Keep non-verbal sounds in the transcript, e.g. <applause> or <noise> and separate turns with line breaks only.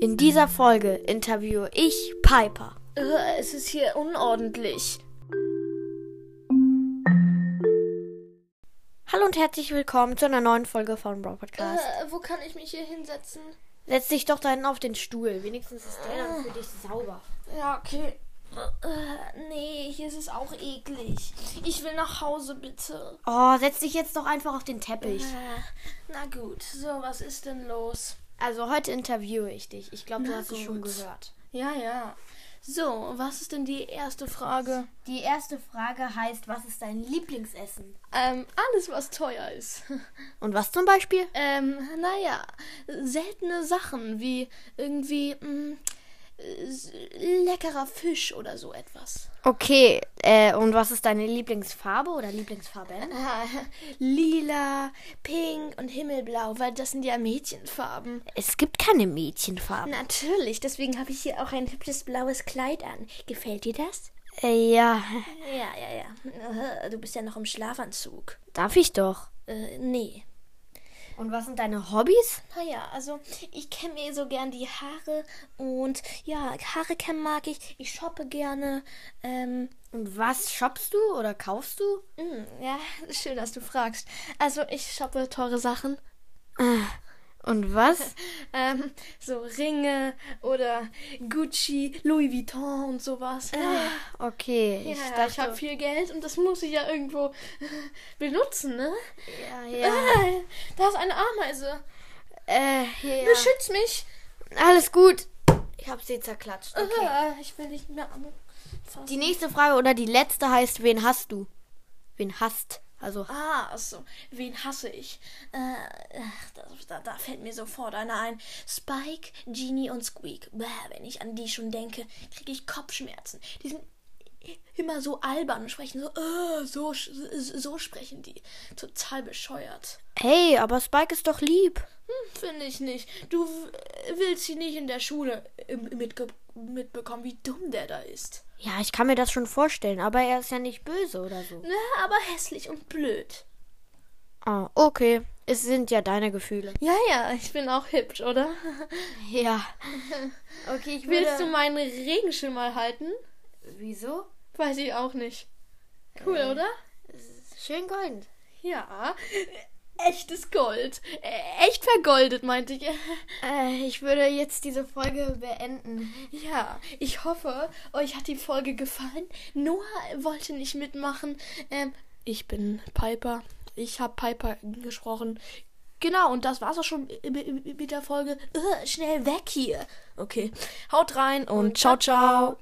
In dieser Folge interviewe ich Piper.
Äh, Es ist hier unordentlich.
Hallo und herzlich willkommen zu einer neuen Folge von Brawl Podcast.
Äh, wo kann ich mich hier hinsetzen?
Setz dich doch da hinten auf den Stuhl. Wenigstens ist der dann für dich sauber.
Ja, okay. Äh, nee, hier ist es auch eklig. Ich will nach Hause, bitte.
Oh, setz dich jetzt doch einfach auf den Teppich.
Äh, na gut, so, was ist denn los?
Also heute interviewe ich dich. Ich glaube, du
Na
hast es schon
gut.
gehört.
Ja, ja. So, was ist denn die erste Frage?
Die erste Frage heißt, was ist dein Lieblingsessen?
Ähm, alles, was teuer ist. <laughs>
Und was zum Beispiel?
Ähm, naja, seltene Sachen wie irgendwie mh, s- leckerer Fisch oder so etwas.
Okay, äh, und was ist deine Lieblingsfarbe oder Lieblingsfarben?
Ah, <laughs> lila, pink und himmelblau, weil das sind ja Mädchenfarben.
Es gibt keine Mädchenfarben.
Natürlich, deswegen habe ich hier auch ein hübsches blaues Kleid an. Gefällt dir das?
Äh, ja,
Ja, ja, ja. Du bist ja noch im Schlafanzug.
darf ich doch.
Äh, nee.
Und was sind deine Hobbys?
Naja, also ich kämme mir so gern die Haare und ja, Haare kämmen mag ich. Ich shoppe gerne. Ähm,
Und was shoppst du oder kaufst du?
mh, ja, <laughs> schön, dass du fragst. Also ich shoppe teure Sachen.
Äh. Und was?
Ähm, so Ringe oder Gucci, Louis Vuitton und sowas. Ah,
Okay,
ja,
Ah, ich
ich
dachte,
habe viel Geld und das muss ich ja irgendwo <laughs> benutzen, ne?
ja, ja.
Äh, da ist eine Ameise.
Äh, ja.
Beschütz mich.
Alles gut. Ich hab sie zerklatscht. Okay.
Äh, ich will nicht mehr anfassen.
Die nächste Frage oder die letzte heißt, wen hast du? Wen hast? Also,
Ah, so. Wen hasse ich? Äh, ach, da, da, da fällt mir sofort einer ein. Spike, Genie und Squeak. Bäh, wenn ich an die schon denke, kriege ich Kopfschmerzen. Die sind immer so albern und sprechen so, äh, so, sch- so sprechen die. Total bescheuert.
hey, aber Spike ist doch lieb.
Hm, finde ich nicht. Du w- willst sie nicht in der Schule äh, mitge- mitbekommen, wie dumm der da ist.
Ja, ich kann mir das schon vorstellen, aber er ist ja nicht böse oder so.
Na, Ne, aber hässlich und blöd.
Ah, okay. Es sind ja deine Gefühle.
Ja, ja, ich bin auch hübsch, <laughs> oder?
<laughs> Ja. Okay, ich
Willst du meinen Regenschirm mal halten?
Wieso?
Weiß ich auch nicht. Cool, oder?
Schön golden.
Ja. Echtes Gold. Ä- Echt vergoldet, meinte ich. <laughs>
Äh, ich würde jetzt diese Folge beenden.
Ja, ich hoffe, euch hat die Folge gefallen. Noah wollte nicht mitmachen. Ähm, ich bin Piper. Ich habe Piper gesprochen. Genau, und das war's auch schon i- i- i- mit der Folge. Äh, schnell weg hier. Okay, haut rein und, ciao, ciao.